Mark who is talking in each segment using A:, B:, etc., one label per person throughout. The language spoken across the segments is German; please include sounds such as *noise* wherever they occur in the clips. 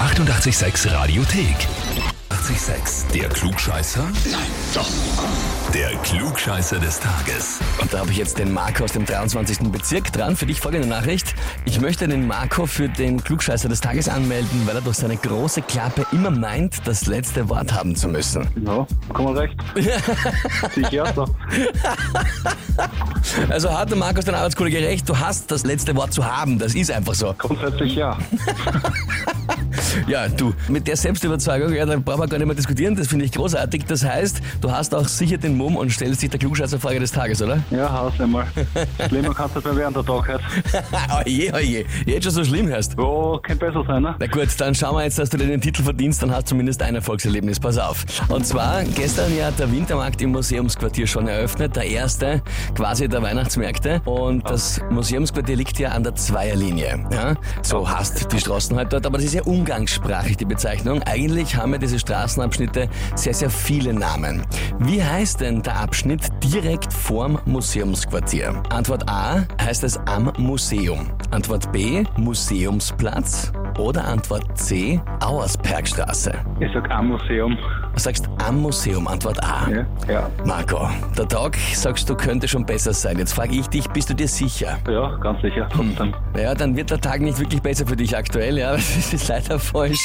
A: 886 Radiothek. 886, der Klugscheißer? Nein, doch. Der Klugscheißer des Tages.
B: Und da habe ich jetzt den Marco aus dem 23. Bezirk dran. Für dich folgende Nachricht. Ich möchte den Marco für den Klugscheißer des Tages anmelden, weil er durch seine große Klappe immer meint, das letzte Wort haben zu müssen.
C: Ja, kann man recht. Psychiater.
B: Also hat der Markus dein Arbeitskollege recht, du hast das letzte Wort zu haben. Das ist einfach so.
C: Grundsätzlich ja.
B: Ja, du, mit der Selbstüberzeugung, ja, dann brauchen wir gar nicht mehr diskutieren. Das finde ich großartig. Das heißt, du hast auch sicher den Mumm und stellst dich der Klugscheißerfrage des Tages, oder? *laughs*
C: Ja, hast einmal. Das Leben kannst du nicht mehr während der Tag heute.
B: oje, oje. Jetzt schon so schlimm hast.
C: Wo kann besser sein, ne?
B: Na gut, dann schauen wir jetzt, dass du dir den Titel verdienst, dann hast du zumindest ein Erfolgserlebnis. Pass auf. Und zwar, gestern ja der Wintermarkt im Museumsquartier schon eröffnet, der erste quasi der Weihnachtsmärkte. Und das Museumsquartier liegt ja an der Zweierlinie. Ja? So hast die Straßen halt dort, aber das ist ja umgangssprachlich die Bezeichnung. Eigentlich haben ja diese Straßenabschnitte sehr, sehr viele Namen. Wie heißt denn der Abschnitt direkt vorm Museumsquartier? Antwort A heißt es am Museum. Antwort B Museumsplatz. Oder Antwort C, Auerspergstraße.
C: Ich sag am Museum.
B: Du sagst am Museum, Antwort A.
C: Ja, ja.
B: Marco, der Tag, sagst du, könnte schon besser sein. Jetzt frage ich dich, bist du dir sicher?
C: ja ganz sicher. Trotzdem.
B: Naja, dann wird der Tag nicht wirklich besser für dich aktuell, ja. *laughs* Das ist leider falsch.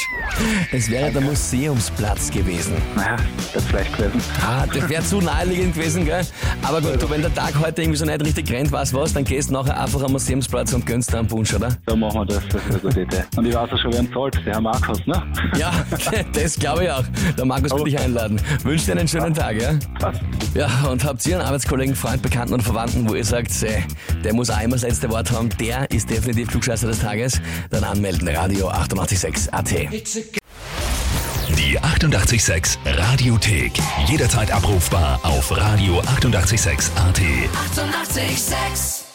B: Es wäre der Museumsplatz gewesen.
C: Naja, das vielleicht gewesen.
B: Ah, das wäre zu naheliegend gewesen, gell? Aber gut, du, wenn der Tag heute irgendwie so nicht richtig rennt, was was, dann gehst nachher einfach am Museumsplatz und gönnst dir einen Punsch, oder?
C: So machen wir das. Das ist eine gute Idee. Und ich weiß auch schon, wer ihn zahlt. Der Herr Markus, ne?
B: Ja, *laughs* das glaube ich auch. Der Markus will dich einladen. Wünsch dir einen schönen Tag, ja?
C: *laughs* Passt.
B: Ja, und habt ihr einen Arbeitskollegen, Freund, Bekannten und Verwandten, wo ihr sagt, äh, der muss einmal das letzte Wort haben, der ist definitiv Klugscheißer des Tages, dann anmelden, Radio 886 AT.
A: Die 886 Radiothek. Jederzeit abrufbar auf radio886.at. 886!
D: Eighty-eight, sex.